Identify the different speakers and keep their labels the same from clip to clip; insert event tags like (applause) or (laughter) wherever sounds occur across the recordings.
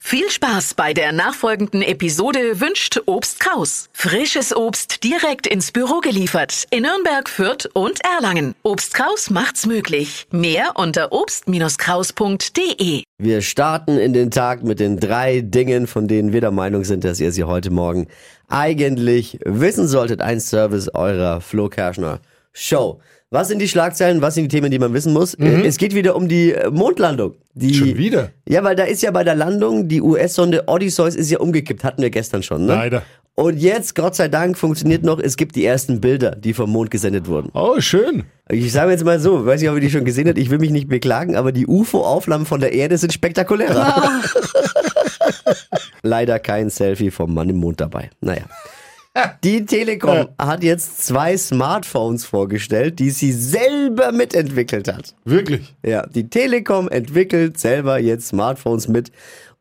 Speaker 1: Viel Spaß bei der nachfolgenden Episode wünscht Obst Kraus. Frisches Obst direkt ins Büro geliefert in Nürnberg, Fürth und Erlangen. Obst Kraus macht's möglich. Mehr unter obst-kraus.de.
Speaker 2: Wir starten in den Tag mit den drei Dingen, von denen wir der Meinung sind, dass ihr sie heute Morgen eigentlich wissen solltet. Ein Service eurer Flo Kerschner Show. Was sind die Schlagzeilen? Was sind die Themen, die man wissen muss? Äh, Es geht wieder um die äh, Mondlandung. Die,
Speaker 3: Mhm. Schon wieder?
Speaker 2: Ja, weil da ist ja bei der Landung die US-Sonde Odysseus ist ja umgekippt. Hatten wir gestern schon, ne?
Speaker 3: Leider.
Speaker 2: Und jetzt, Gott sei Dank, funktioniert noch, es gibt die ersten Bilder, die vom Mond gesendet wurden.
Speaker 3: Oh, schön.
Speaker 2: Ich sage jetzt mal so, weiß nicht, ob ihr die schon gesehen habt, ich will mich nicht beklagen, aber die UFO-Aufnahmen von der Erde sind spektakulärer. (laughs) Leider kein Selfie vom Mann im Mond dabei. Naja. Die Telekom hat jetzt zwei Smartphones vorgestellt, die sie selber mitentwickelt hat.
Speaker 3: Wirklich.
Speaker 2: Ja, die Telekom entwickelt selber jetzt Smartphones mit.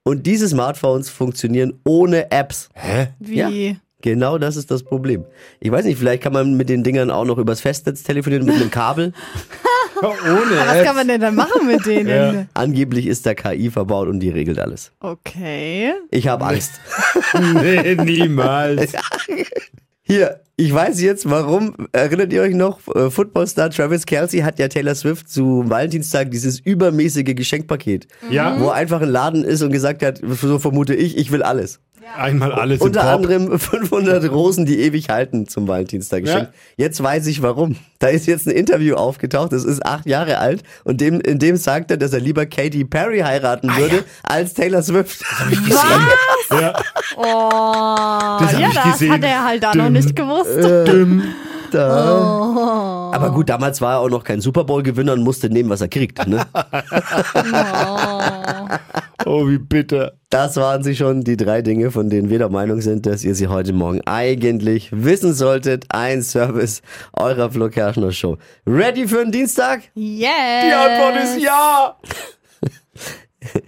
Speaker 2: Und diese Smartphones funktionieren ohne Apps.
Speaker 3: Hä?
Speaker 4: Wie?
Speaker 2: Ja, genau das ist das Problem. Ich weiß nicht, vielleicht kann man mit den Dingern auch noch übers Festnetz telefonieren mit einem Kabel.
Speaker 3: Ja,
Speaker 4: (laughs)
Speaker 3: ohne
Speaker 4: Was
Speaker 3: Apps.
Speaker 4: kann man denn dann machen
Speaker 3: (laughs)
Speaker 4: mit denen?
Speaker 2: Angeblich ist da KI verbaut und die regelt alles.
Speaker 4: Okay.
Speaker 2: Ich habe Angst.
Speaker 3: Nee,
Speaker 4: (laughs)
Speaker 3: niemals.
Speaker 2: Hier, ich weiß jetzt, warum, erinnert ihr euch noch, Äh, Footballstar Travis Kelsey hat ja Taylor Swift zu Valentinstag dieses übermäßige Geschenkpaket,
Speaker 3: Ja,
Speaker 2: wo einfach ein Laden ist und gesagt hat, so vermute ich, ich will alles.
Speaker 3: einmal alles
Speaker 2: Unter
Speaker 3: im Pop.
Speaker 2: anderem (laughs) 500 Rosen, die ewig halten, zum Valentinstag geschenkt. Jetzt weiß ich warum. Da ist jetzt ein Interview aufgetaucht, das ist acht Jahre alt und dem, in dem sagt er, dass er lieber Katy Perry heiraten würde als Taylor Swift.
Speaker 3: Ja.
Speaker 4: Oh, ja,
Speaker 3: Das hab ich
Speaker 4: das
Speaker 3: gesehen. Äh,
Speaker 4: hat er halt da noch
Speaker 3: Dünn.
Speaker 4: nicht gewusst.
Speaker 2: Da. Aber gut, damals war er auch noch kein Super Bowl-Gewinner und musste nehmen, was er kriegt. Ne?
Speaker 3: Oh, wie bitter.
Speaker 2: (laughs) Das waren sie schon, die drei Dinge, von denen wir der Meinung sind, dass ihr sie heute Morgen eigentlich wissen solltet. Ein Service eurer Flo Kerschner Show. Ready für den Dienstag?
Speaker 4: Yes.
Speaker 3: Die Antwort ist ja.